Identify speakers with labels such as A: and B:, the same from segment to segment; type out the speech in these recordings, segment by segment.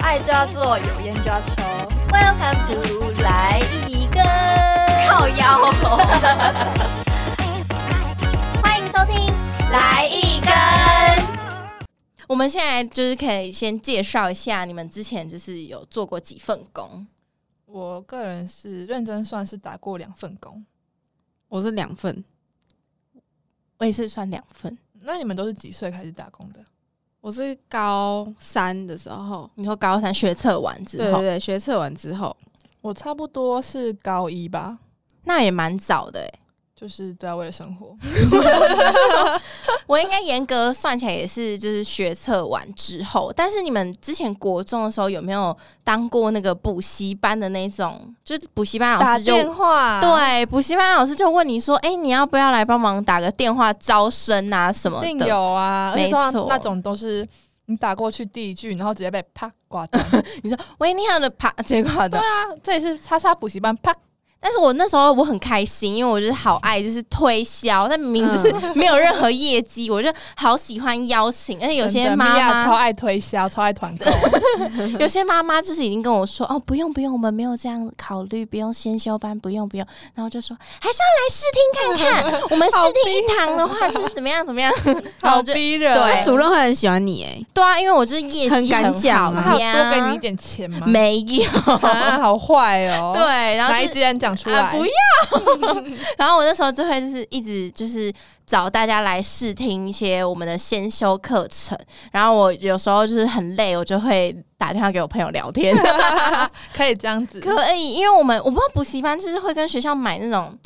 A: 爱就要做，有烟就要抽，
B: Welcome to 来一根，
A: 靠腰。
B: 欢迎收听来一根。
C: 我们现在就是可以先介绍一下你们之前就是有做过几份工，
D: 我个人是认真算是打过两份工，
E: 我是两份，
C: 我也是算两份。
D: 那你们都是几岁开始打工的？
E: 我是高三的时候，
C: 你说高三学测完之
E: 对
C: 后，
E: 对对，学测完之后，
D: 我差不多是高一吧，
C: 那也蛮早的欸
D: 就是都要为了生活。
C: 我应该严格算起来也是就是学测完之后，但是你们之前国中的时候有没有当过那个补习班的那种？就是补习班老
A: 打
C: 师就
A: 电
D: 啊
E: 啊
A: 话，，
C: 对啊补习班老师就问你说：“哎、你要不要来帮忙打个电话招生啊什么
D: 一
C: 的？”
D: 定有啊，而且
C: 没
D: 通常
C: 错
D: 那种都是你打过去第一句，然后直接被啪挂断。 对
C: 喂，你好的啪，结果的。
D: 啊，这也是叉叉补习班啪。
C: 但是我那时候我很开心，因为我就是好爱就是推销，但明明就是
D: 嗯
C: 没有任何业绩，我就好喜欢邀请，而且有些
D: 真的
C: 妈
D: Mia 啊超
C: 妈，
D: 爱推销，超爱团 购。
C: 有些妈妈就是已经跟我说哦，不用不用，我们没有这样考虑，不用先修班，不用不用，然后就说还是要来试听看看，我们试听一堂的话就是怎么样怎么样，然后
D: 好
C: 我就
D: 逼人，
C: 对
E: 主任会很喜欢你哎、
C: 对啊，因为我就是业绩
E: 很敢讲啊
D: 他
C: 好
D: 有多给你一
C: 呀，
D: 点钱吗？
C: 没有，
D: 啊，好坏哦。，
C: 对，然后
D: 哪一
C: 就是
D: 集人讲出来？
C: 啊不要。 然后我那时候就会就是一直就是找大家来试听一些我们的先修课程，然后我有时候就是很累，我就会打电话给我朋友聊天。
D: 可以这样子。
C: 可以，因为我们我不知道补习班就是会跟学校买那种。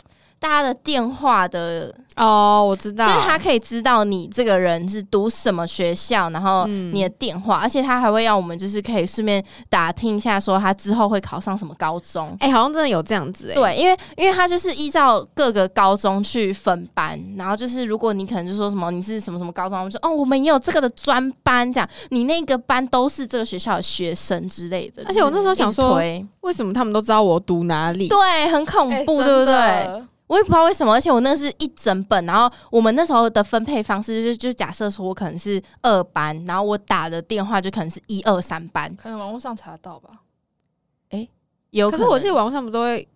C: 大家的电话的，
E: 哦，我知
C: 就
E: 道，
C: 是他可以知道你这个人是读什么学校，然后
E: 嗯
C: 你的电话，而且他还会要我们就是可以顺便打听一下，说他之后会考上什么高中。
E: 哎、好像真的有这样子哎、
C: 对，因为因为他就是依照各个高中去分班，然后就是如果你可能就说什么你是什么什么高中，我们说哦，我们也有这个的专班，这样你那个班都是这个学校的学生之类的。
E: 而且我那时
C: 就是
E: 候想说
C: 一直
E: 为什么他们都知道我读哪里？
C: 推对，很恐
D: 哎
C: 怖，
D: 真
C: 对不对？
D: 的
C: 我也不知道为什么，而且我那是一整本，然后我们那时候的分配方式就是，就假设说我可能是二班，然后我打的电话就可能是一二三班，
D: 可能网络上查得到吧。
C: 有
E: 可
C: 可
E: 是我记
C: 得
E: 得网络上不都会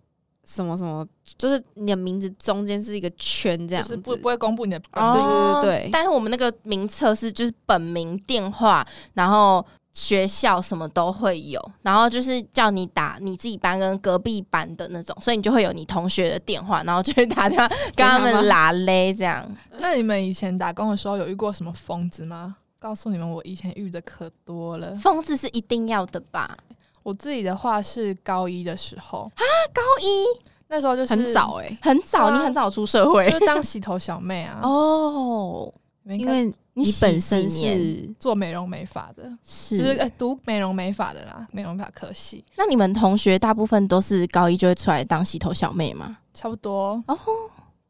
E: 什么什么，就是你的名字中间是一个圈这
D: 就
E: 样子，哦
D: 是不不会公布你的
E: 对
D: 版本，
E: 对对对
C: 哦但是我们那个名册是就是本名、电话，然后学校什么都会有，然后就是叫你打你自己班跟隔壁班的那种，所以你就会有你同学的电话，然后就会打电话跟他们拉勒这 样。
D: 那你们以前打工的时候有遇过什么疯子吗？告诉你们，我以前遇的可多了。
C: 疯子是一定要的吧？
D: 我自己的话是高一的时候，
C: 高一
D: 那时候就是
E: 很早欸哎、
C: 很早，
D: 对啊
C: 你很早出社会
D: 就是当洗头小妹啊，
C: 哦。
D: 你们应
E: 因
D: 该
E: 为
C: 你
E: 你
C: 洗
E: 本身
C: 几年
E: 是
D: 做美容美发的，
C: 是，
D: 就是、呃读美容美发的啦，美容美发科系
C: 那你们同学大部分都是高一就会出来当洗头小妹吗？
D: 差不多。
C: 哦，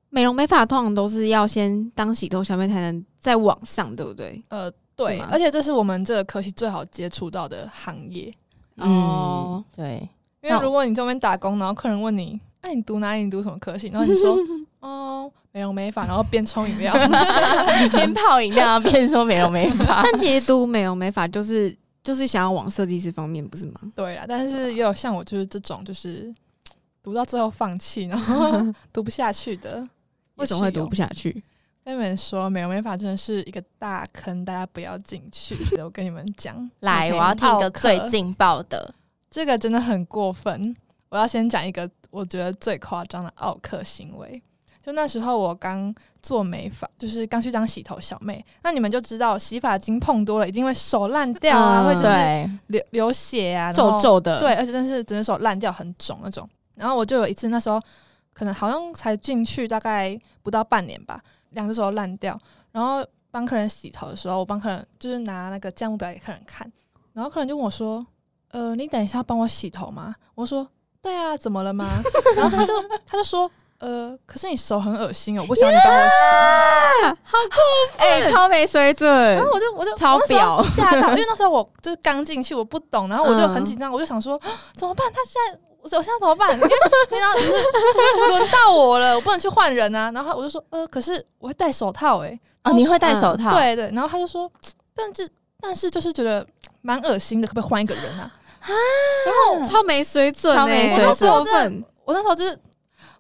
E: 美容美发，通常都是要先当洗头小妹才能再往上，对不对？
D: 呃，对
E: 是，吗
D: 而且这是我们这个科系最好接触到的行业，
E: 哦，
C: 嗯对，
D: 因
C: 那
D: 为
C: 我
D: 如果你这边打工，然后客人问你，哎、你读哪里？你读什么科系？然后你 说哦，美容美发，然后边冲饮料。
C: 边泡饮料边说美容美发。
D: 啊
E: 但其实读美容美发就是就是想要往设计师方面，不是吗？
D: 对啦，但是也有像我就是这种，就是读到最后放弃，然 后读不下去的。
E: 为什么会读不
D: 下？
E: 下去？
D: 跟你们说，美容美发真的是一个大坑，大家不要进 去。我跟你们讲，
C: 来，
D: OK，
C: 我要听一个
D: 奥克
C: 最劲爆的。
D: 这个真的很过分。我要先讲一个我觉得最夸张的奥克行为。就那时候我刚做美发，就是刚去当洗头小妹，那你们就知道洗发精碰多了一定会手烂掉啊，
E: 嗯
D: 会就是
C: 对，
D: 流流血啊，然
E: 皱
D: 后
E: 皱的，
D: 对，，而且真的是整只手烂掉很肿那种。然后我就有一次，那时候可能好像才进去大概不到半年吧，两只手烂掉。然后帮客人洗头的时候，我帮客人就是拿那个价目表给客人看，然后客人就问我说：“呃，你等一下要帮我洗头吗？”我说：“对啊，怎么了吗？” 然后他就他就说：“呃，可是你手很恶心哦，我不想你帮我洗。
B: 啊
C: 哎、超没水准。
D: 然后我就我就
C: 超
D: 我那时候
C: 婊
D: 吓到，因为那时候我就是刚进去，我不懂，然后我就很
E: 嗯
D: 紧张，我就想说啊怎么办？他现在我我现在怎么办？因为你知道就是 轮到我了，我不能去换人啊。然后我就说呃，可是我会戴手套哎、
C: 哦哦，你会戴手套？，
D: 对对。然后他就说，嘖但是但是就是觉得嘖蛮恶心的，可不可以换一个人啊？
E: 超没水准、欸，
D: 超没水准
E: 好过分。
D: 我那时候就是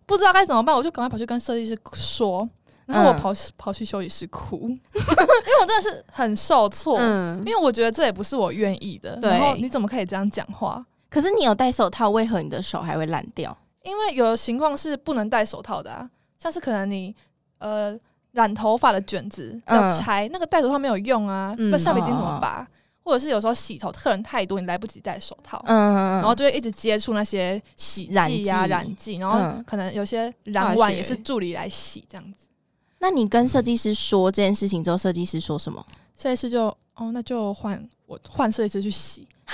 D: 不知道该怎么办，我就赶快跑去跟设计师说，然后我
C: 嗯
D: 跑、跑去休息室哭， 因为我真的是很受挫，
E: 嗯
D: 因，为我觉得这也不是我愿意的。
E: 对
D: 然后你怎么可以这样讲话？
C: 可是你有戴手套，为何你的手还会烂掉？
D: 因为有的情况是不能戴手套的、啊，像是可能你呃染头发的卷子要
C: 嗯
D: 拆，那个戴手套没有用啊，
E: 嗯
D: 那、橡皮筋怎
C: 哦哦
D: 么
C: 哦
D: 拔？或者是有时候洗头客人太多，你来不及戴手套，
C: 嗯，
D: 然后就会一直接触那些洗
C: 染
D: 剂呀、
C: 剂
D: 染剂，然后
C: 嗯
D: 可能有些染碗也
E: 化
D: 是
E: 学
D: 助理来洗这样子。
C: 那你跟设计师说这件事情之后，设计师说什么？
D: 设计师就哦，那就换我换设计师去洗
C: 啊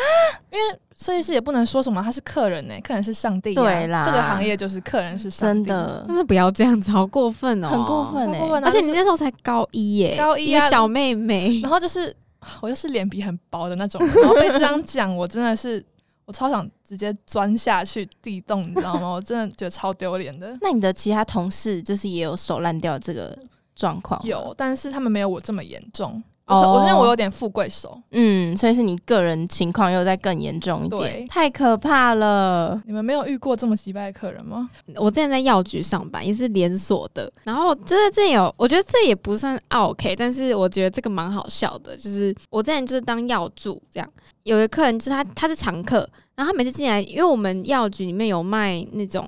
D: 因为设计师也不能说什么，他是客人呢、客人是上帝、啊，
C: 对啦
D: 这个行业就是客人是上
C: 真
D: 帝，
C: 的
E: 真的不要这样子，好过分哦，
C: 很过分
D: 超
C: 欸
D: 过分啊
E: 而且
D: 就
E: 你
D: 是
E: 那时候才高一耶、
D: 高一啊
E: 个小妹妹
D: 然，后就是啊我又是脸皮很薄的那种，然后被这样讲，我真的是我超想直接钻下去地洞，你知 道吗？我真的觉得超丢脸的。
C: 那你的其他同事就是也有手烂掉这个状况？
D: 有，，但是他们没有我这么严重。我
C: 哦
D: 我觉得我有点富贵手，
C: 嗯，所以是你个人情况又再更严重一
D: 对
C: 点，太可怕了。
D: 你们没有遇过这么击败的客人吗？
E: 我之前在药局上班，也是连锁的。然后就是这有，我觉得这也不算 OK，但是我觉得这个蛮好笑的。就是我之前就是当药助这样，有一个客人就是他他是常客，然后他每次进来，因为我们药局里面有卖那种，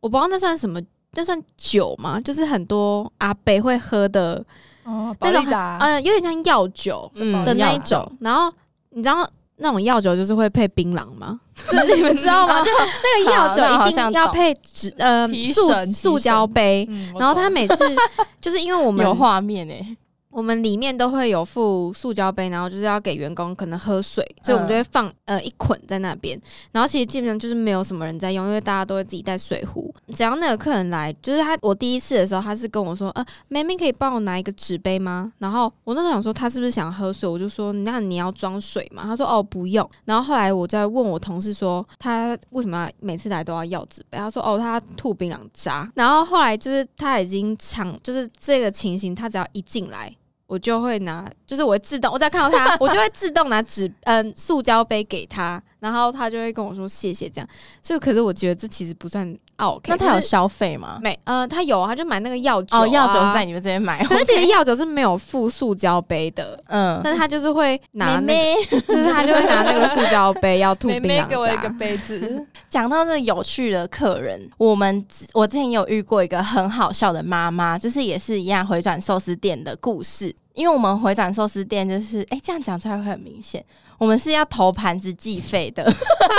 E: 我不知道那算什么，那算酒吗？就是很多阿伯会喝的，
D: 哦，
E: 那
D: 宝
E: 种
D: 利达，
C: 哎
E: 呃，有点像药酒
C: 嗯
E: 的那一
C: 药
E: 种。然后你知道那种药酒就是会配槟榔
C: 啊
E: 吗？就是你们 知道吗？ 就那个
C: 好
E: 药
C: 那我
E: 酒
C: 好
E: 一定
C: 像
E: 要
C: 懂
E: 配纸呃
D: 提
E: 塑
D: 神提
E: 塑胶
D: 神
E: 杯，
D: 嗯我
E: 然后他
D: 懂
E: 每次 就是因为我们
C: 有画面哎、
E: 我们里面都会有附塑胶杯，然后就是要给员工可能喝水，所以我们就会放、呃一捆在那边。然后其实基本上就是没有什么人在用，因为大家都会自己带水壶。只要那个客人来，就是他我第一次的时候，他是跟我说，呃，妹妹可以帮我拿一个纸杯吗？然后我那时候想说他是不是想喝水，我就说那你要装水吗？他说哦不用。然后后来我再问我同事说他为什么每次来都要要纸杯？他说哦他吐槟榔渣。然后后来就是他已经尝，就是这个情形，他只要一进来。我就会拿，就是我会自动，我只要看到 他，我就会自动拿纸，嗯，塑胶杯给他，然后他就会跟我说谢谢这样。所以，可是我觉得这其实不算 OK。
C: 那他有
E: 就是
C: 消费吗？
E: 没？呃，他有啊，他就买那个药酒、
C: 哦，
D: 啊
C: 药酒是在。你们这边买，
E: 可是其实药酒是没有附塑胶杯的，
C: 嗯，
E: 但是他就是会拿那个，
C: 妹妹
E: 就是他就会拿那个塑胶杯要吐
D: 妹
E: 槟
D: 妹
E: 榔
D: 给我一个
E: 渣。
D: 杯子，
C: 讲到这有趣的客人，我们之我之前有遇过一个很好笑的妈妈，就是也是一样回转寿司店的故事。因为我们回转寿司店就是，哎、这样讲出来会很明显，我们是要投盘子计费的，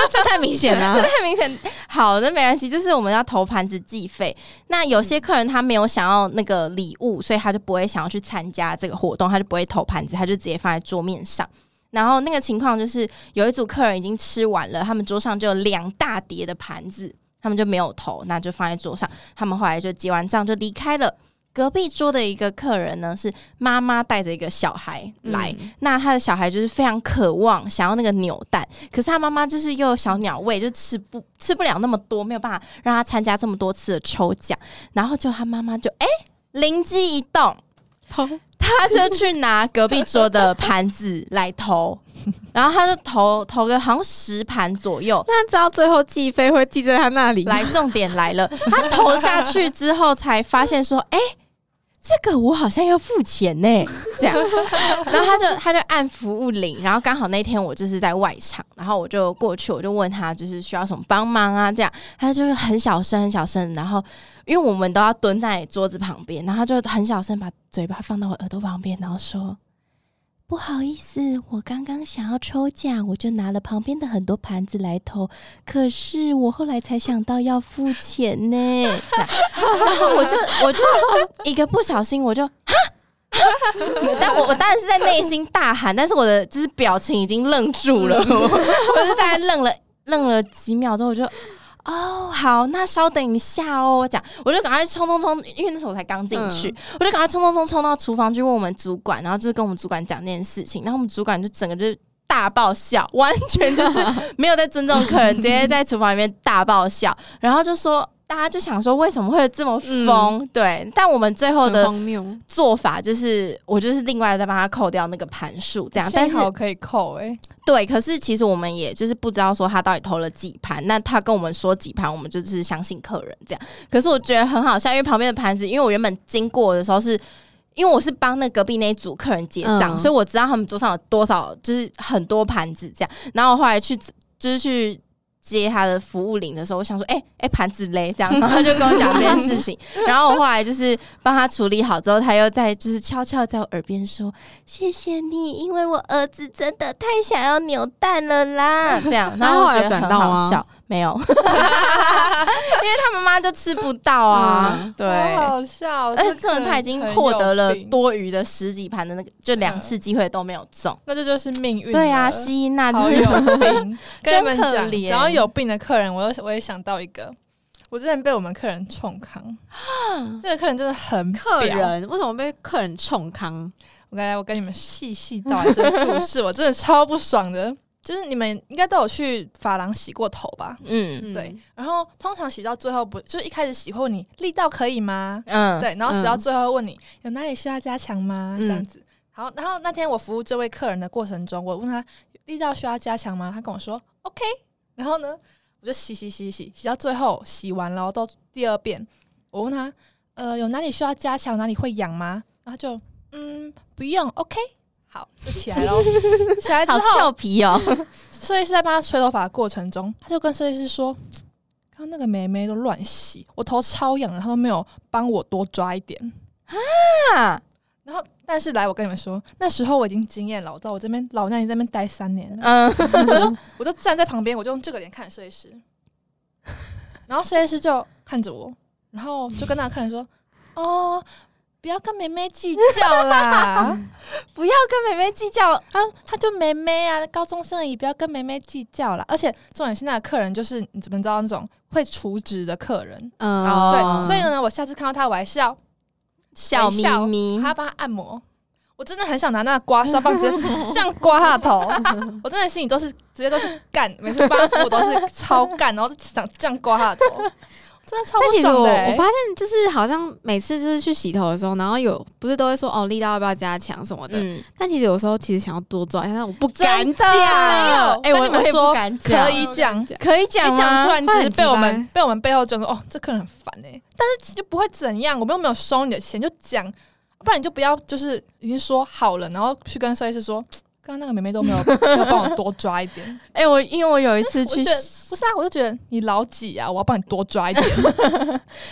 E: 这太明显 啊了。
C: 太明显。好，那没关系，就是我们要投盘子计费。那有
E: 嗯
C: 些客人他没有想要那个礼物，所以他就不会想要去参加这个活动，他就不会投盘子，他就直接放在桌面上。然后那个情况就是，有一组客人已经吃完了，他们桌上就有两大叠的盘子，他们就没有投，那就放在桌上。他们后来就结完账就离开了。隔壁桌的一个客人呢，是妈妈带着一个小孩来，
E: 嗯
C: 那他的小孩就是非常渴望想要那个扭蛋，可是他妈妈就是又有小鸟胃，就吃不吃不了那么多，没有办法让他参加这么多次的抽奖。然后就他妈妈就哎、灵机一动，
E: 偷
C: 他就去拿隔壁桌的盘子来投，然后他就投投个好像十盘左右，
E: 那知道最后计费会记在他那里吗，
C: 来，重点来了，他投下去之后才发现说，哎、这个我好像要付钱呢、这样，然后他就他就按服务铃，然后刚好那天我就是在外场，然后我就过去，我就问他就是需要什么帮忙啊，这样，他就很小声很小声，然后因为我们都要蹲在桌子旁边，然后他就很小声把嘴巴放到我耳朵旁边，然后说。不好意思，我刚刚想要抽奖，我就拿了旁边的很多盘子来投，可是我后来才想到要付钱呢，这样，然后我就我就一个不小心我就哈，但我我当然是在内心大喊，但是我的就是表情已经愣住了，我 我就大概愣了愣了几秒之后，我就哦好，那稍等一下哦，这样我就赶快冲冲冲，因为那时候我才刚进去，我就赶快冲冲冲冲到厨房去问我们主管，然后就是跟我们主管讲这件事情，然后我们主管就整个就是大爆笑，完全就是没有在尊重客人，直接在厨房里面大爆笑，然后就说：“大家就想说为什么会这么疯？对，但我们最后
E: 很
C: 的
E: 荒谬。
C: 做法就是，我就是另外再帮他扣掉那个盘数，这样。但是
D: 幸好可以扣哎、
C: 对，可是其实我们也就是不知道说他到底投了几盘，那他跟我们说几盘，我们就是相信客人这样。可是我觉得很好笑，因为旁边的盘子，因为我原本经过的时候是。因为我是帮那隔壁那一组客人结账，
E: 嗯
C: 所以我知道他们桌上有多少，就是很多盘子这样。然后我后来去就是去接他的服务领的时候，我想说，哎、哎，盘、子嘞这样，然后他就跟我讲这件事情。然后我后来就是帮他处理好之后，他又在就是悄悄在我耳边说，谢谢你，因为我儿子真的太想要扭蛋了 啦，这样，然
E: 那
C: 后
E: 后
C: 我
E: 来
C: 觉
E: 有
C: 得
E: 转
C: 很
E: 到
C: 好
E: 吗
C: 笑，没 有，因为他妈妈就吃不到啊，
E: 嗯
C: 对。
D: 好好笑、
C: 而
D: 这
C: 且这种
D: 个
C: 他已经
D: 人很
C: 获
D: 有
C: 得了
D: 病，
C: 多余的十几盘的那个，就两次机会都没有中。
D: 那这就是命运了。
C: 对啊，希依娜就
D: 好
C: 是
D: 有 病。跟你们
C: 真可
D: 讲，
C: 怜
D: 只要有病的客人，我又我也想到一个，我之前被我们客人冲康，
C: 啊
D: 这个客人真的很
E: 客
D: 婊
E: 人为什么被客人冲康？
D: 我刚才我跟你们细细道来这个故 事，我真的超不爽的。就是你们应该都有去发廊洗过头吧？
C: 嗯
D: 对，然后通常洗到最后不，就是一开始洗会问你力道可以吗？
C: 嗯，
D: 对，然后洗到
E: 嗯
D: 最后会问你、有哪里需要加强吗？这样
C: 嗯
D: 子。好，然后那天我服务这位客人的过程中，我问他力道需要加强吗？他跟我说 OK。然后呢，我就洗洗洗洗洗到最后洗完了，到第二遍，我问他呃有哪里需要加强，哪里会痒吗？然后他就嗯不用 OK。好，就起来 喽。起来之
C: 好
D: 后，
C: 俏皮哦。
D: 设计师在帮他吹头发的过程中，他就跟设计师说：“刚刚那个妹妹都乱洗，我头超痒的，她都没有帮我多抓一点。”
C: 啊
D: 然后，但是来，我跟你们说，那时候我已经经验老道，我这边老娘已经在那边待三年 了，
C: 嗯，
D: 我就我就站在旁边，我就用这个脸看设计师，然后设计师就看着我，然后就跟那个客人说：“哦，不要跟妹妹计较 啦，
C: 不要跟妹妹计较。
D: 她她就妹妹啊，高中生而已，不要跟妹妹计较啦。”而且重点是那个客人就是你怎么知道那种会除职的客人？
E: 嗯，
C: 哦
D: 对，所以呢，我下次看到他我还是要
C: 笑眯
D: 笑
E: 嗯
C: 眯，
D: 他帮他按摩。我真的很想拿那个刮痧棒 直接这样刮他的头，我真的心里都是直接都是干，每次帮他服务都是超干，然后就想这样刮他的头，真的超
E: 但
D: 不
E: 其实
D: 爽
E: 我
D: 的、
E: 我
D: 欸
E: 发。现就是好像每次就是去洗头的时候，然后有不是都会说哦力道要不要加强什么的，
C: 嗯，
E: 但其实有时候其实想要多抓一下，但我不敢
C: 真的
E: 讲，
D: 没有
C: 哎，
D: 跟
C: 我
D: 你们
C: 我也不
D: 说
C: 敢讲
D: 可以讲，你
C: 可以讲吗
D: 讲出来，你只是被我
E: 会很鸡
D: 们被我们背后讲说，哦，这客人很烦哎、但是就不会怎样，我们又没有收你的钱，就讲，不然你就不要就是已经说好了，然后去跟设计师说，刚刚那个妹妹都没有没有帮我多抓一点，
C: 哎、我因为我有一次
D: 我
C: 去
D: 就觉，得不是啊，我就觉得你老几啊，我要帮你多抓一点。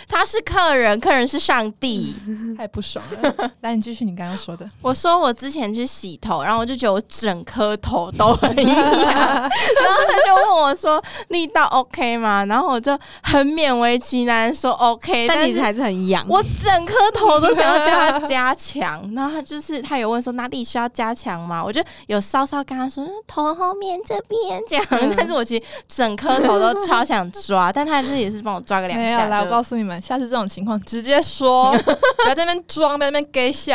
C: 他是客人，客人是上帝。
D: 太不爽了。 来，你继续你刚刚说的，
C: 我说我之前去洗头，然后我就觉得我整颗头都很 痒，然后他就问我说力道 OK 吗？然后我就很勉为其难地说 OK，
E: 但其实
C: 是
E: 还是很痒。
C: 我整颗头都想要叫 他加强，然后他就是他有问说哪里需要加强吗？我就有稍稍跟他说嗯头后面这边这样，
D: 嗯
C: 但是我其实整颗头都超想抓，但他就是也是帮我抓个两
D: 没有
C: 下，
D: 啦，
C: 就
D: 我告诉你们，下次这种情况直接 说，不要在那边装，不要在那边给笑。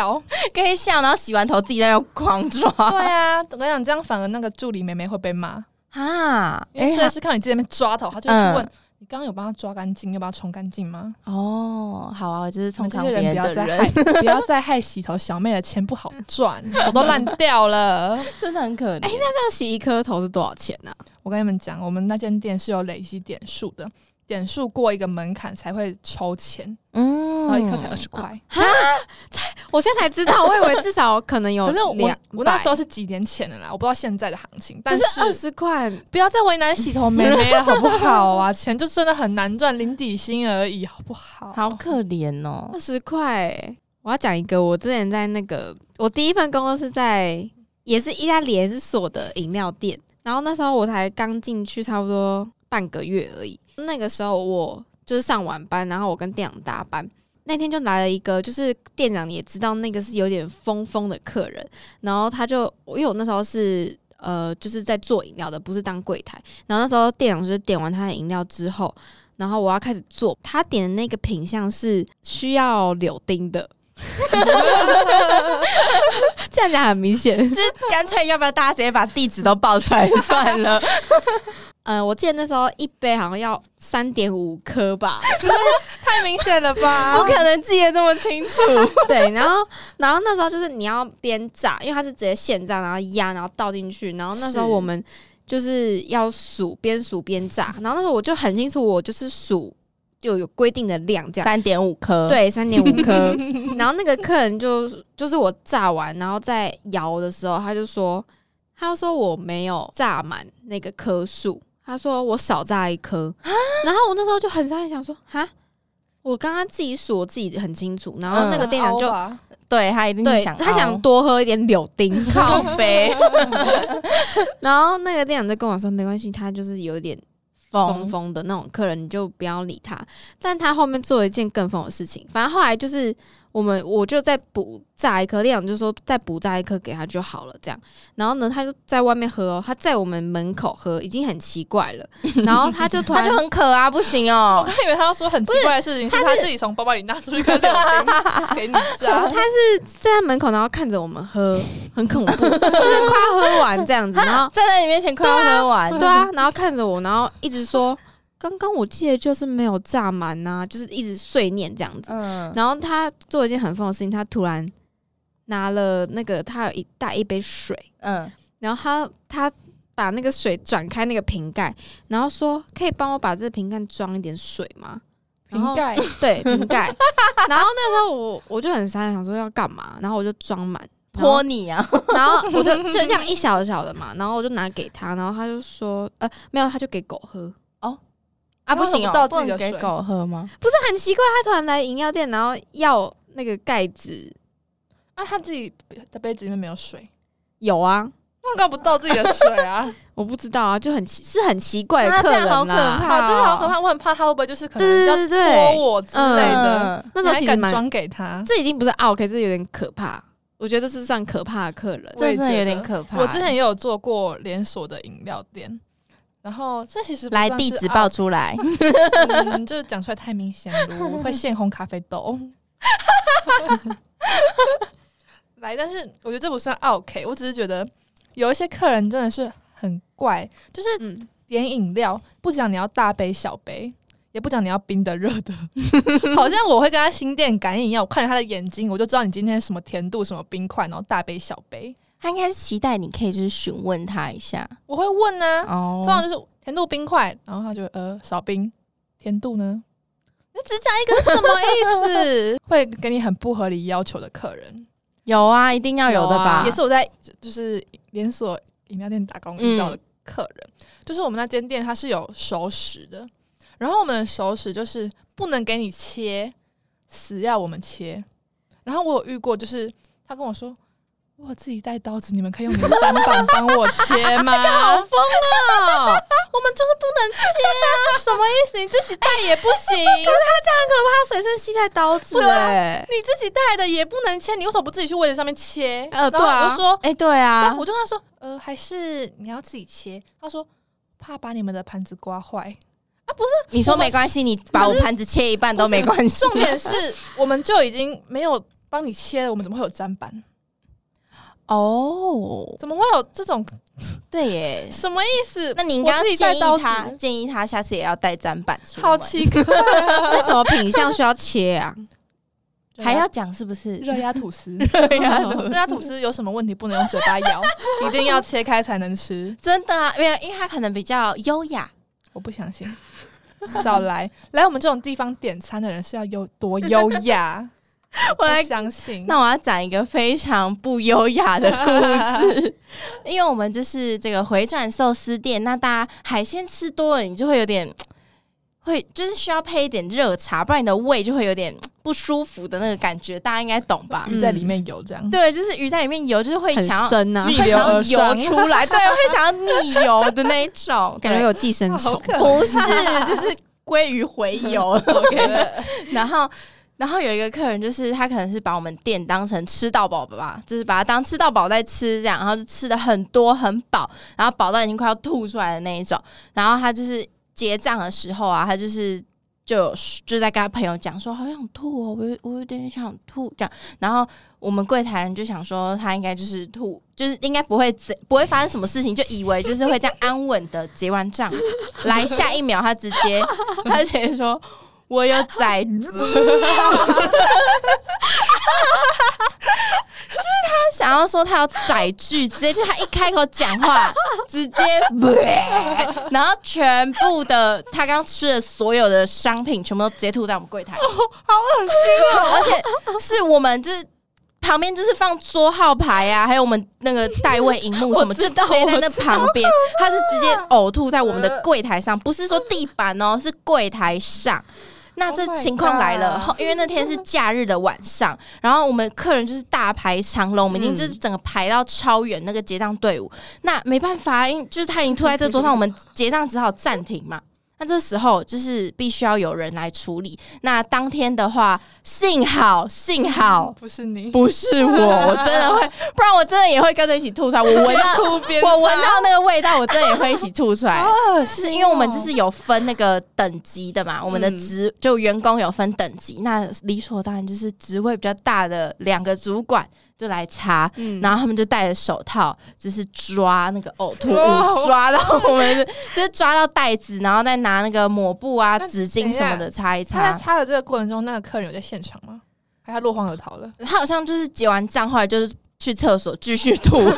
C: 可以笑，然后洗完头自己在那狂抓
D: 对啊，我跟你讲，这样反而那个助理妹妹会被骂，
C: 啊！
D: 因为
C: 哎
D: 设计师看到你自己在那边抓头，他就会去问。
C: 嗯
D: 你刚刚有帮他抓干净，有帮他冲干净吗？
C: 哦，好啊，我就是
D: 我
C: 通
D: 们这
C: 常
D: 些
C: 别
D: 人不要
C: 的
D: 再
C: 人，嗯
D: 害，不要再害洗头小妹的钱不好赚，手都烂掉了。
C: 真的很可
D: 哎
C: 怜。
E: 这样洗一颗头是多少钱呢、
D: 我跟你们讲，我们那间店是有累积点数的，点数过一个门槛才会抽钱，
C: 嗯
D: 然后一颗才二十块。
E: 我现在才知道，我以为至少可能有
D: 可是我
E: 两
D: 我那时候
E: 候
D: 是几年前的啦，我不知道现在的行情，但
E: 但
D: 是哦
E: 是二十块，
D: 不要再为难洗头妹妹了，好不好啊？钱就真的很难赚，零底薪而已，好不好？
C: 好可怜哦
E: 二。十块欸。我要讲一个，我之前在那个我第一份工作是在也是一家连锁的饮料店，然后那时候我才刚进去差不多半个月而已。那个时候我就是上晚班，然后我跟店长搭班。那天就来了一个，就是店长也知道那个是有点疯疯的客人，然后他就因为我那时候是呃就是在做饮料的，不是当柜台。然后那时候店长就是点完他的饮料之后，然后我要开始做，他点的那个品 相是需要柳丁的。这这样讲很明显。
C: 就是干脆要不要大家直接把地址都报出来 算了？
E: 呃，我记得那时候一杯好像要三点五颗 吧，
D: 太明显了吧？
C: 不可能记得这么清 楚。
E: 对，然后然后那时候就是你要边炸，因为它是直接现炸，然后压，然后倒进去，然后那时候
C: 是
E: 我们就是要数，边数边炸，然后那时候我就很清楚，我就是数就有规定的量这样。
C: 三点五颗，，
E: 对，三点五 颗。然后那个客人就就是我炸完，然后在摇的时候，他就说，他就说我没有炸满那个颗数，他说我少炸一颗。
C: 啊
E: 然后我那时候就很伤心，想说哈，我刚刚自己数我自己很清楚，然后那个店长就、
C: 对他一定
E: 对
C: 嗯是想
E: 他想
C: 凹
E: 多喝一点柳 丁，
C: 靠背
E: 然后那个店长就跟我说没关系，他就是有一点疯
C: 疯
E: 疯的那种客人，你就不要理他。但他后面做了一件更疯的事情，反正后来就是我们我就再补炸一颗，店长就说再补炸一颗给他就好了，这样。然后呢，他就在外面喝哦，他在我们门口喝，已经很奇怪 了。然后他就突
C: 他
E: 然
C: 就很渴啊，不行哦。
D: 我以为他要说很奇怪的事情，是他自己从包包里拿出一个柳丁 给你
E: 他
D: 扎。
E: 是站在门口，然后看着我们喝，很恐怖，就是快要喝完 这样子，然后
C: 站在你面前快要喝完，
E: 对啊，然后看着我，然后一直说，刚刚我记得就是没有炸满呐、就是一直碎念这样子。
C: 嗯，
E: 然后他做一件很疯的事情，他突然拿了那个他有一带一杯水，
C: 嗯
E: 然后他他把那个水转开那个瓶盖，然后说可以帮我把这个瓶盖装一点水吗？然 后
D: 盖，
E: 对瓶盖， 然后那时候我我就很傻眼，想说要干嘛，然后我就装满，然后
C: 泼你 啊，
E: 然后我就就这样一小小的嘛，然后我就拿给他，然后他就说，呃，没有，他就给狗喝，
C: 啊
D: 为
C: 不
D: 什么
C: 行哦，
D: 不倒自己的
C: 能给
D: 水
C: 狗喝吗？
E: 不是很奇怪，他突然来饮料店，然后要那个盖子，
D: 啊，他自己的杯子里面没有水，
E: 有啊，
D: 那干嘛不倒自己 的水啊？
E: 我不知道啊，就很奇是很奇怪的
C: 啊
E: 客
C: 这
E: 人
C: 样
E: 啦，
C: 好可怕
D: 啊，真的好可怕！我很怕他会不会就是可能要
E: 对对对
D: 拖我之类的。
C: 嗯，
E: 那时候
D: 你
E: 其
D: 还
E: 实
D: 敢
E: 蛮，
D: 装给他。
E: 这已经不是 OK，这有点可怕，我觉得这是算可怕的客人。
D: 我也
C: 这真的
D: 觉
C: 有
D: 得
C: 点可怕。
D: 我之前也有做过连锁的饮料店，然后这其实不
C: 来
D: 算
C: 地
D: 是
C: 址
D: 傲
C: 报出来，
D: 嗯，就是讲出来太明显了，会现烘咖啡豆。来，但是我觉得这不算 OK，我只是觉得有一些客人真的是很怪，就是
E: 嗯，
D: 点饮料不讲你要大杯小杯，也不讲你要冰的热 的，好像我会跟他心电感应一样，我看着他的眼睛，我就知道你今天什么甜度、什么冰块，然后大杯小杯，
C: 他应该是期待你可以就是询问他一下
D: 我会问呢、啊，
C: 哦
D: 通常就是甜度冰块，然后他就呃少冰，甜度呢？你只讲一个是什么意思？ 会给你很不合理要求的客人，
C: 有啊，一定要有的吧？
E: 有啊
D: 也是我在就就是连锁饮料店打工遇到的客人，就是我们那间店它是有熟食的，然后我们的熟食就是不能给你切，死要我们切。然后我有遇过，就是他跟我说。我自己带刀子，你们可以用你们的砧板帮我切吗？好疯啊！
C: 哦
D: 我们就是不能切啊，什么意思？你自己带也不行，
E: 他随身携带刀子、
C: 啊
E: 欸，
D: 你自己带的也不能切，你为什么不自己去位置上面切？
E: 呃
D: 然后
E: 对啊
D: 我就说
C: 哎，对
D: 对
C: 啊，
D: 我就跟他说，呃，还是你要自己切。他说怕把你们的盘子刮坏。
C: 你说没关系，你把我盘子切一半 都没关系。
D: 重点是，我们就已经没有帮你切了，我们怎么会有砧板？
C: 哦，
D: 怎么会有这种
C: 对耶，
D: 什么意思？
C: 那你应该
D: 我
C: 要
D: 自己
C: 建
D: 带
C: 议
D: 刀
C: 他，
D: 子，
C: 建议他下次也要带砧板出门
D: 好奇怪，
E: 为什么品相需要切 啊？
C: 还要讲是不是？啊
D: 热压吐 司，热压 热压吐司有什么问题不能用嘴巴咬，一定要切开才能吃？
C: 真的啊，因为因为他可能比较优雅，
D: 我不相信， 少来来我们这种地方点餐的人是要有多优雅？
C: 我
D: 我
C: 来
D: 不相信，
C: 那我要讲一个非常不优雅的故事， 因为我们就是这个回转寿司店，那大家海鲜吃多了，你就会有点会就是需要配一点热茶，不然你的胃就会有点不舒服的那个感觉，大家应该懂吧？
D: 鱼在里面有这样。
C: 对，就是鱼在里面游，就是会
E: 很
C: 想要
E: 深啊
D: 逆，
C: 会
D: 流
C: 想要
D: 而上
C: 游出来，对，会想要逆游的那一种，
E: 感觉
C: 对
E: 有寄生
D: 好
E: 虫。
D: 可爱
C: 不是，就是鲑鱼回游。
D: OK，
C: 然后，然后有一个客人，就是他可能是把我们店当成吃到饱吧，就是把它当吃到饱在吃这样，然后就吃的很多很饱，然后饱到已经快要吐出来的那一种。然后他就是结账的时候啊，他就是。就有就在跟他朋友讲说，好想吐哦，我有我有点想吐这样。然后我们柜台人就想说，他应该就是吐，就是应该不会怎不会发生什么事情，就以为就是会这样安稳的结完账。来下一秒，他直接他直接说。我有仔，想要说他有载具，直接就是他一开口讲话，直 接，然后全部的他刚吃的所有的商品，全部都直接吐在我们柜台，哦好恶心哦！而且是我们就是。旁边就是放桌号牌啊，还有我们那个代位荧幕什 么，就直接在那旁边。他是直接呕吐在我们的柜台上，不是说地板哦，是柜台上。那这
D: Oh my
C: 情况来了
D: God
C: 后因为那天是假日的晚上，然后我们客人就是大排长龙，我们已经就是整个排到超远那个结账队伍。那没办法，因为就是他已经吐在这桌上，我们结账只好暂停嘛。那这时候就是必须要有人来处理。那当天的话，幸好幸好
D: 不是你，
C: 不是我，我真的会， 不然我真的也会跟着一起吐出来。我闻到
D: 哭边
C: 我闻到那个味道，我真的也会一起吐出 来。是因为我们就是有分那个等级的嘛，我们的职、就员工有分等级，那理所当然就是职位比较大的两个主管就来查，
E: 嗯
C: 然后他们就戴着手套，就是抓 那个呕吐物，抓到我们的，就是抓到袋子，然后再拿那个抹布啊、
D: 那
C: 纸巾什么的擦一
D: 他
C: 擦
D: 在。擦的这个过程中，那个客人有在现场吗？还是他落荒而逃了？
C: 他好像就是结完账，后来就是去厕所继续吐，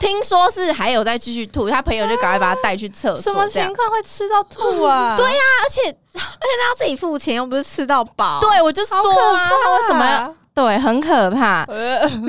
C: 听说是还有再继续吐，他朋友就赶快把他带去厕
D: 什
C: 所。
D: 么
C: 这样
D: 情况会吃到吐啊？ 对呀、
C: 而且
E: 他自己付钱，又不是吃到饱。
C: 对我就说啊，他为什么要？对，很可怕，
D: 呃，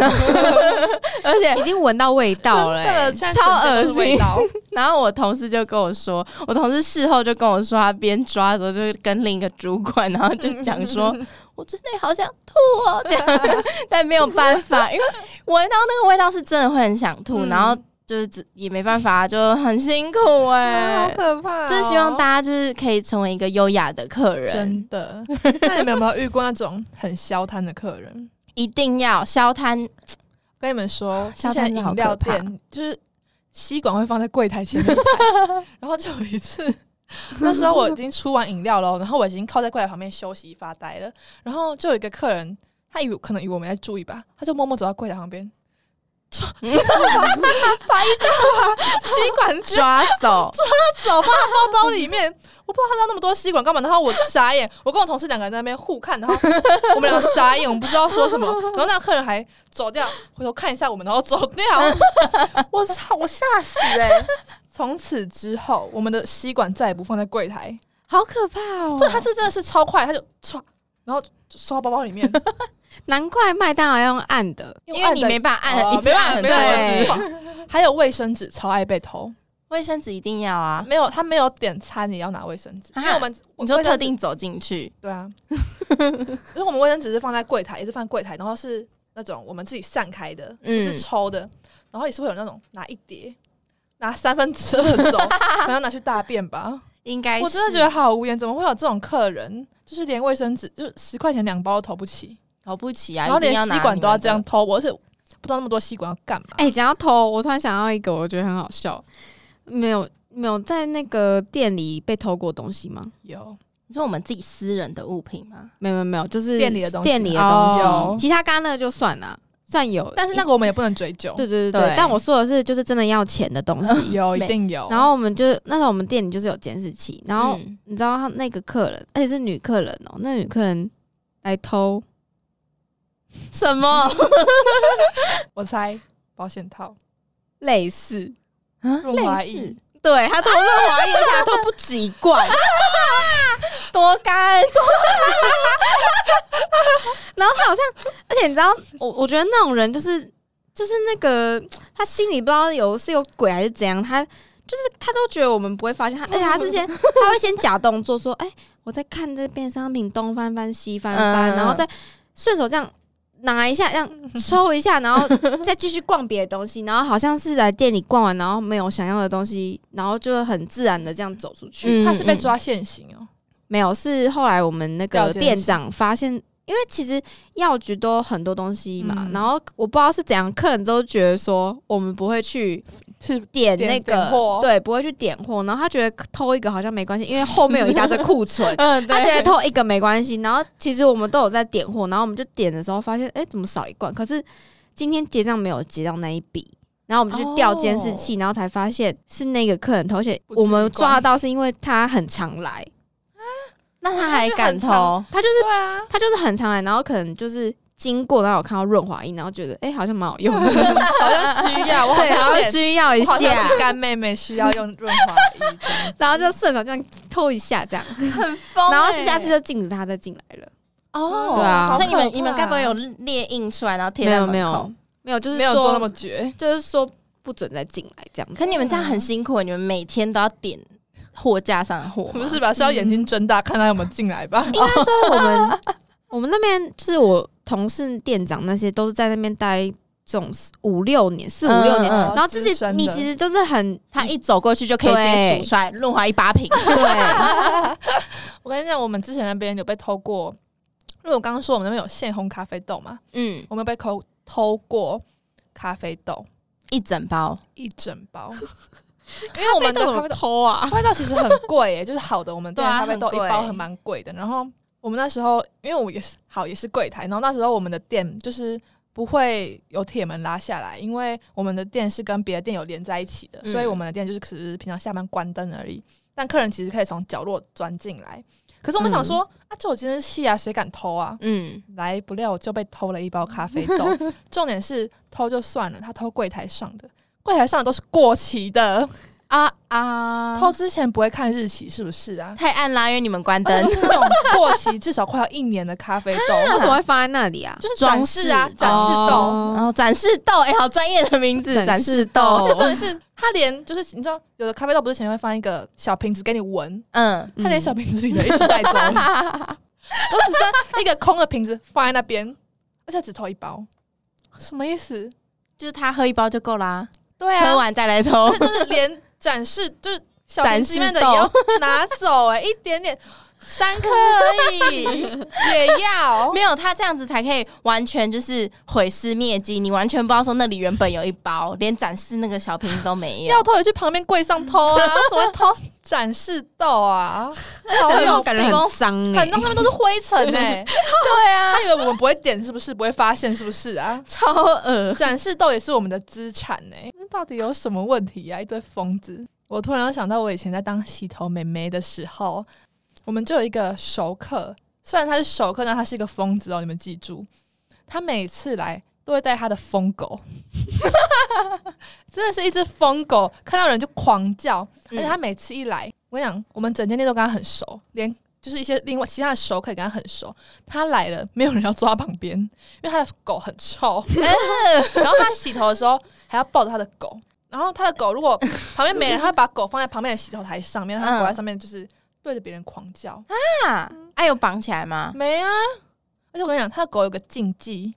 C: 而且
E: 已经闻到味道了、欸，
D: 真的
C: 超恶
D: 现在整
C: 心。
D: 间都是味道
C: 然后我同事就跟我说，我同事事后就跟我说，他边抓的时候就是跟另一个主管，然后就讲说，我真的好想吐哦，这样， 但没有办法，因为闻到那个味道是真的会很想吐，
D: 嗯
C: 然后就是只也没办法，就很辛苦哎、
D: 啊好可怕哦、
C: 就是希望大家就是可以成为一个优雅的客人，
D: 真 的。那你们有没有遇过那种很消摊的客人？
C: 一定要消摊
D: 我跟你们说，之
C: 消
D: 前
C: 摊啊真的好
D: 饮料
C: 可怕
D: 店就是吸管会放在柜台前 面一排，然后就有一次， 那时候我已经出完饮料了，然后我已经靠在柜台旁边休息发呆了，然后就有一个客人，他以为可能以为我没在注意吧，他就默默走到柜台旁边，唰把一大 把吸管抓
C: 抓走，
D: 走放在包包里面，我不知道他知道那么多吸管干嘛，然后我傻眼，我跟我同事两个人在那边互看，然后我们两个傻眼，我们不知道说什么，然后那个客人还走掉，回头看一下我们，然后走掉，我操，我吓死哎、从此之后，我们的吸管再也不放在柜台，
C: 好可怕哦！
D: 这他这真的是超快，他就唰，然后就收到包包里面，
E: 难怪麦当劳要用暗的，
C: 因为你没办法按，
D: 哦
C: 一直按很
D: 没
C: 多
D: 有
E: 对
D: 没有唰还有卫生纸超爱被偷，
C: 卫生纸一定要啊！
D: 没有他没有点餐也要拿卫生纸，因为我们
C: 你就
D: 卫生纸
C: 特定走进去，
D: 对啊，因为我们卫生纸是放在柜台，也是放在柜台，然后是那种我们自己散开的，不
C: 嗯
D: 是抽的，然后也是会有那种拿一叠，拿三分之 二走，可能要拿去大便吧。
C: 应该
D: 我真的觉得好无言，怎么会有这种客人？就是连卫生纸，就是十块钱两包都投不起，
C: 投不起啊，
D: 然后连
C: 一定
D: 吸
C: 拿
D: 管都要这
C: 你
D: 样
C: 们
D: 偷，我而且不知道那么多吸管要干嘛。
E: 哎、讲到偷，我突然想到一个，我觉得很好笑。没有没有在那个店里被偷过东西吗？
D: 有
C: 的。你说我们自己私人的物品吗？
E: 没有没有没有，就是
D: 店里的东西
E: 店里的东西。
D: 哦有
E: 其他刚刚那个就算了，算有，
D: 但是那个我们也不能追究，
E: 对对对对
C: 对，
E: 但我说的是就是真的要钱的东西。
D: 有一
C: 没
D: 定有。
E: 然后我们就那时候我们店里就是有监视器，然后
C: 嗯
E: 你知道他那个客人，哎而且是女客人哦、那女客人来偷，
C: 什么
D: 我猜保险套、
E: 类似，
D: 润滑液，
E: 对他偷润滑液，而且还偷不止一 罐，
C: 多干？
E: 然后他好像，而且你知道，我我觉得那种人就是就是那个他心里不知道有是有鬼还是怎样，他就是他都觉得我们不会发现他，而 且他是先他会先假动作说，哎、我在看这边商品东翻翻西翻翻，
C: 嗯
E: 然后再顺手这样。拿一下，这样抽一下，然后再继续逛别的东西，然后好像是来店里逛完，然后没有想要的东西，然后就很自然的这样走出去。
C: 嗯
D: 他是被抓现行哦。
E: 没有，是后来我们那
D: 调
E: 个
D: 监
E: 店
D: 视
E: 长发现，哎、因为其实药局都有很多东西嘛，
D: 嗯
E: 然后我不知道是怎样，客人都觉得说我们不会去
D: 是
E: 点
D: 点
E: 那
D: 点
E: 个，
D: 货，
E: 对，不会去点货，然后他觉得偷一个好像没关系，因为后面有一大堆库存
D: 嗯，
E: 他觉得偷一个没关系。然后其实我们都有在点货，然后我们就点的时候发现，哎、怎么少一罐？可是今天结账没有结到那一笔。然后我们去调监视器然后才发现是那个客人偷，而且
D: 哦不止一
E: 我们
D: 罐
E: 抓到是因为他很常来，
C: 那他还敢
D: 那就很
C: 偷？
E: 他就是
D: 对啊，
E: 他就是很常来，然后可能就是经过，然后有看到润滑液，然后觉得哎、诶好像蛮好用 的，
D: 好像需要，我好
E: 对，然
D: 像
E: 后
D: 有点
E: 需要一
D: 我好像
E: 下，
D: 是干妹妹需要用润滑 液这样
E: 然后就顺手这样偷一下这样，然后是下次就禁止他再进来了，
C: 欸哦，
E: 对啊
C: 所以你
D: 好可
C: 们
D: 怕
C: 你们该不会有列印出来然后贴
E: 没
C: 在
E: 有
C: 门口？
E: 啊没有。没有，就是
D: 没有
E: 说
D: 做那么绝，
E: 就是说不准再进来这样子。
C: 可你们这样很辛苦，你们每天都要点货架上的货吗，
D: 不是吧？是要眼睛睁大看他有没有进来吧？
E: 应该说我 们我们那边就是我同事店长那些都是在那边待这种四五六年四五六年，
C: 嗯嗯嗯
E: 然后就
D: 资
E: 是
D: 深
E: 你
D: 的
E: 其实就是很
C: 他一走过去就可以直接
E: 对
C: 数出来润滑一八瓶。
E: 对
D: 我跟你讲，我们之前那边有被偷过，因为我刚刚说我们那边有现烘咖啡豆嘛，
C: 嗯，
D: 我们有被偷偷过咖啡豆
C: 一整包，
D: 一整包，因为我们的咖啡豆
E: 偷啊，
D: 咖啡豆其实很贵耶、就是好的我们店的
C: 对啊
D: 咖啡豆
C: 很
D: 一
C: 贵
D: 包很蛮贵的。然后我们那时候，因为我也是好也是柜台，然后那时候我们的店就是不会有铁门拉下来，因为我们的店是跟别的店有连在一起的，
C: 嗯
D: 所以我们的店就是只是平常下班关灯而已。但客人其实可以从角落钻进来，可是我们想说、啊，这有监视器啊，谁敢偷啊？
C: 嗯，
D: 来不料就被偷了一包咖啡 豆，重点是偷就算了，他偷柜台上的，柜台上的都是过期的，
C: 啊啊
D: 偷之前不会看日期是不是 啊？
C: 太暗啦，因为你 们关
D: 而
C: 灯
D: 且。是那种过期至少快要一年的咖啡
E: 为什
D: 豆，
E: 么会放在那里啊？
D: 就是展示啊，展示豆。
E: 哦
C: 然后展示豆，哎、好专业的名字，
E: 展
C: 展
E: 示
C: 示
E: 豆
D: 而且。重
C: 豆
D: 点是，他连就是你知道，有的咖啡豆不是前面会放一个小瓶子给你闻，
C: 嗯，
E: 嗯
D: 他连小瓶子里的一起带 走，都只剩一个空的瓶子放在那边，而且只偷一包，什么意思？
C: 就是他喝一包就够啦，
D: 对
C: 喝
D: 啊，
C: 完再来偷
D: 这。就是连展示就是小瓶子里面的也要
C: 展
D: 拿走哎、一点点三颗而已 也要，
C: 没有，他这样子才可以完全就是毁尸灭迹，你完全不知道说那里原本有一包，连展示那个小瓶子都没有
D: 要。偷也去旁边柜上偷 啊，怎么会偷展示豆啊？
E: 这
D: 好
E: 种
D: 有
E: 感觉很
C: 嗯
E: 脏哎
D: 很，欸弄，他们都是灰尘哎、对啊，他以为我们不会点是不是？不会发现是不是啊？
C: 超恶，
D: 展示豆也是我们的资产哎、那到底有什么问题啊呀、一堆疯子！我突然又想到，我以前在当洗头妹妹的时候，我们就有一个熟客，虽然他是熟客，但他是一个疯子哦，你们记住，他每次来都会带他的疯狗， 真的是一只疯狗，看到人就狂叫，而且他每次一来，我跟你讲，我们整间店都跟他很熟，连就是一些另外其他的熟客也跟他很熟，他来了没有人要坐他旁边，因为他的狗很臭。 然后他洗头的时候还要抱着他的狗，然后他的狗如果旁边没人，他会把狗放在旁边的洗头台上面，让他狗在上面就是对着别人狂叫。
C: 啊！哎、有绑起来吗？
D: 没啊，而且我跟你讲，他的狗有个禁忌，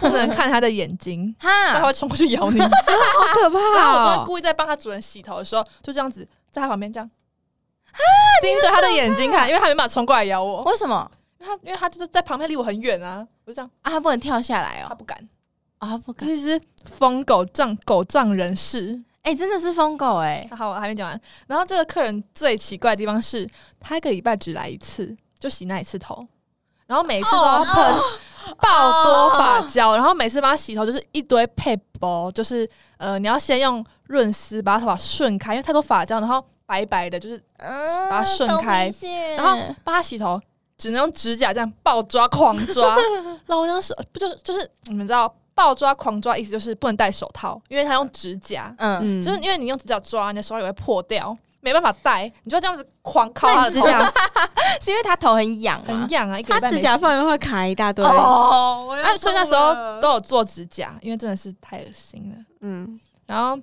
D: 不能看他的眼睛，不然它
C: 哈
D: 会，冲过去咬你。
E: 好可
D: 然后我
E: 怕
D: 都会
E: 哦！
D: 故意在帮他主人洗头的时候，就这样子在他旁边这样。啊盯着他的眼睛看，因为他没办法冲过来咬我，
C: 为什么
D: 因为他因为他就是在旁边离我很远啊，我就这样，
C: 啊？他不能跳下来
D: 他
C: 哦？
D: 不敢，
C: 啊、他不
D: 这
C: 敢！
D: 是一只疯狗仗狗仗人势，
C: 哎、真的是疯狗哎、
D: 好，我还没讲完。然后这个客人最奇怪的地方是，他一个礼拜只来一次，就洗那一次头，然后每一次都要喷 爆多发胶，然后每次帮他洗头就是一堆配包，就是呃，你要先用润丝把头发顺开，因为太多发胶，然后白白的，就是
C: 嗯
D: 把它顺开，然后帮他洗头。只能用指甲这样暴抓、狂抓，然后我当时不就就是你们知道暴抓、狂抓意思就是不能戴手套，因为他用指甲，
C: 嗯，
E: 嗯，
D: 就是因为你用指甲抓，你的手也会破掉，没办法戴，你就这样子狂靠
C: 那
D: 它
C: 你
D: 的
C: 指
D: 头，
C: 甲是因为他头很痒 吗
D: 很？痒啊，一个
E: 他
D: 礼拜没
E: 指甲
D: 洗
E: 缝里面会卡一大堆，
D: 哦，
B: 要
D: 啊，所以那
B: 吐
D: 时候
B: 了
D: 都有做指甲，因为真的是太恶心了。
E: 嗯，
D: 然后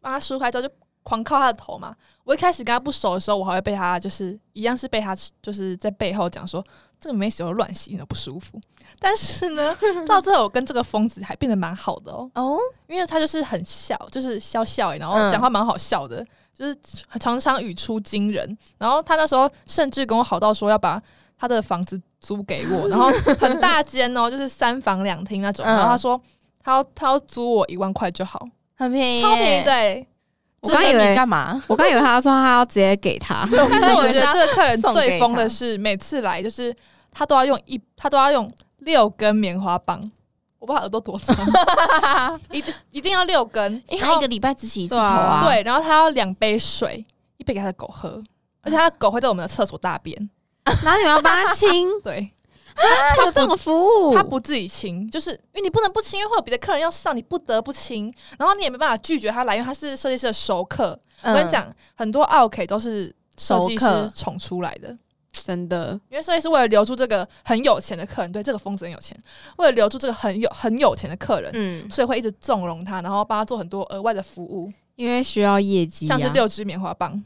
D: 帮他梳开之后就狂靠他的头嘛。我一开始跟他不熟的时候，我还会被他就是一样是被他就是在背后讲说这个没洗头乱洗，你都不舒服。但是 呢，到最后我跟这个疯子还变得蛮好的哦。
C: 哦，
D: 因为他就是很笑，就是笑笑、欸，然后
C: 嗯
D: 讲话蛮好笑的，就是常常语出惊人。然后他那时候甚至跟我好到说要把他的房子租给 我，然后很大间哦，就是三房两厅那种。
C: 嗯
D: 然后他说他要他要租我一万块就好，
C: 很便宜耶，
D: 超便宜欸对。
C: 欸我
E: 我刚
C: 刚以
E: 以为
C: 为干嘛？
E: 我刚以为他说他要直接给 他，
D: 但是我觉得这个客人
C: 送给
D: 最疯
C: 他
D: 的是，每次来就是他都要用一，他都要用六根棉花棒，我不知道耳朵多长， 一定一定要六根，
C: 因为
D: 然
C: 他
D: 后
C: 一个礼拜只洗一次头
E: 对啊
C: 啊。
D: 对，然后他要两杯水，一杯给他的狗喝，而且他的狗会在我们的厕所大便，
E: 然后你们要帮 他亲，
D: 对，
E: 他有这种服务，
D: 他不自己亲，就是因为你不能不亲，因为会有别的客人要上，你不得不亲，然后你也没办法拒绝他来，因为他是设计师的熟客。
C: 嗯，
D: 我跟你讲，很多奥 K 都是设
C: 熟
D: 计师
C: 客
D: 宠出来的。
E: 真的
D: 因为设计师为了留住这个很有钱的客人，对这个疯子很有钱，为了留住这个很有很有钱的客人，
C: 嗯，
D: 所以会一直纵容他，然后帮他做很多额外的服务，
E: 因为需要业绩、啊，
D: 像是六支棉花棒，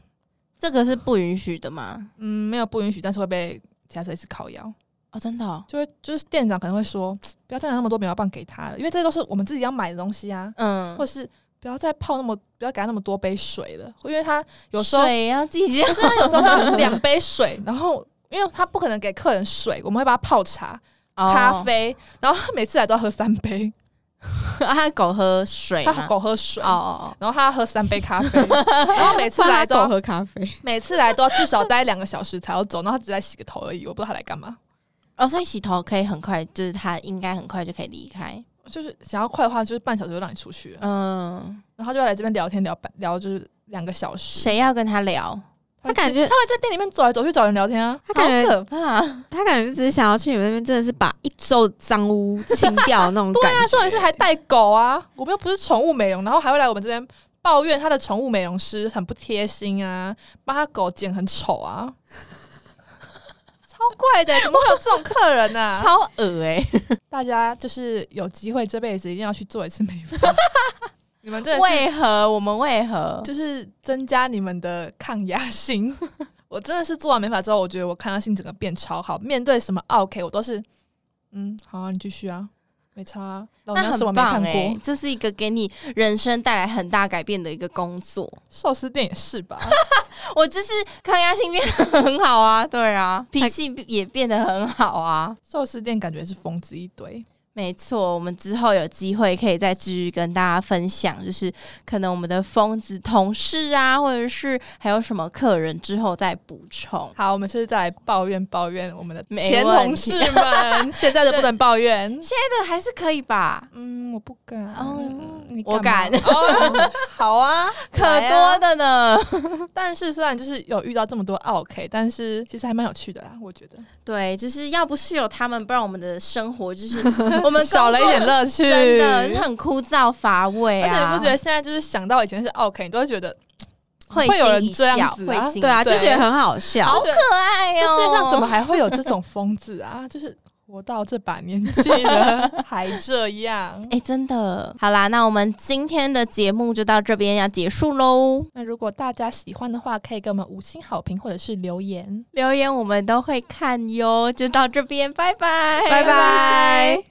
C: 这个是不允许的吗？
D: 嗯，没有不允许，但是会被其他设计师靠腰，
C: 哦，真的哦，
D: 就会就是店长可能会说，嘖不要再拿那么多棉花棒给他了，因为这都是我们自己要买的东西啊，
C: 嗯
D: 或，是不要再泡那么不要给他那么多杯水了，因为他有时候
C: 水要计较
D: 可，是他有时候会有两杯水，然后因为他不可能给客人水，我们会把他泡茶、咖
C: 哦
D: 啡，然后他每次来都要喝三杯。
C: 啊，他的狗喝水
D: 他
C: 吗
D: 狗喝水，
C: 哦哦
D: 然后他喝三杯咖啡， 然后每次来都
E: 帮他狗
D: 要
E: 喝咖啡，
D: 每次来都要至少待两个小时才要走，然后他只来洗个头而已，我不知道他来干嘛，
C: 哦，所以洗头可以很快，就是他应该很快就可以离开。
D: 就是想要快的话，就是半小时就让你出去了，
C: 嗯，
D: 然后他就会来这边聊天聊半聊就是两个小时，
C: 谁要跟他聊？
D: 他会
E: 他感觉
D: 他会在店里面走来走去找人聊天啊，
E: 他感觉
C: 好可怕！
E: 他感觉就只是想要去你们那边，真的是把一周的脏污清掉的那种
D: 对
E: 感
D: 啊，
E: 觉。
D: 重点是还带狗啊，我们又不是宠物美容，然后还会来我们这边抱怨他的宠物美容师很不贴心啊，帮他狗剪很丑啊。 超怪的，怎么会有这种客人呢、啊？
C: 超恶哎、
D: 大家就是有机会这辈子一定要去做一次美发。 你们真的是
C: 为何我们为何？
D: 就是增加你们的抗压性。 我真的是做完美发之后，我觉得我抗压性整个变超好。面对什么 OK，我都是嗯，好、啊，你继续啊，没差、啊，老
C: 那
D: 娘什么
C: 很
D: 没
C: 棒
D: 看
C: 哎、
D: 过，
C: 这是一个给你人生带来很大改变的一个工作。
D: 寿司店也是 吧？
C: 我就是抗压性变得很好啊，对啊，脾气也变得很好啊。
D: 寿司店感觉是疯子一堆。
C: 没错，我们之后有机会可以再继续跟大家分享，就是可能我们的疯子同事啊，或者是还有什么客人之后再补充。
D: 好，我们是在抱怨抱怨我们的
C: 没
D: 前
C: 问
D: 同
C: 题
D: 事 们，现在就不能抱怨。
C: 这个还是可以吧，
D: 嗯，我不敢。
C: 哦
D: 你
C: 我
D: 嘛
C: 敢
D: 哦，好啊，
C: 可多的呢。
D: 但是虽然就是有遇到这么多 OK，但是其实还蛮有趣的啦，我觉 得
C: 对，就是要不是有他们，不然我们的生活就是 我们工作
D: 少了一点乐趣，
C: 真的是很枯燥乏味
D: 而且
C: 啊！
D: 你不觉得现在就是想到以前是 OK，你都会觉得
C: 会
D: 会有人
C: 心一
D: 这样
C: 笑
D: 子
C: 会
D: 啊
C: 心
E: 对啊，就
D: 对
E: 觉得很好笑。
D: 好
C: 可爱
D: 这
C: 哦，
D: 世界上怎么还会有这种疯子啊？ 就是活到这把年纪了还这样。
C: 哎、真的，好啦，那我们今天的节目就到这边要结束喽。
D: 那如果大家喜欢的话，可以给我们五星好评或者是留言。
C: 留言我们都会看哟，就到这边，拜拜，
D: 拜拜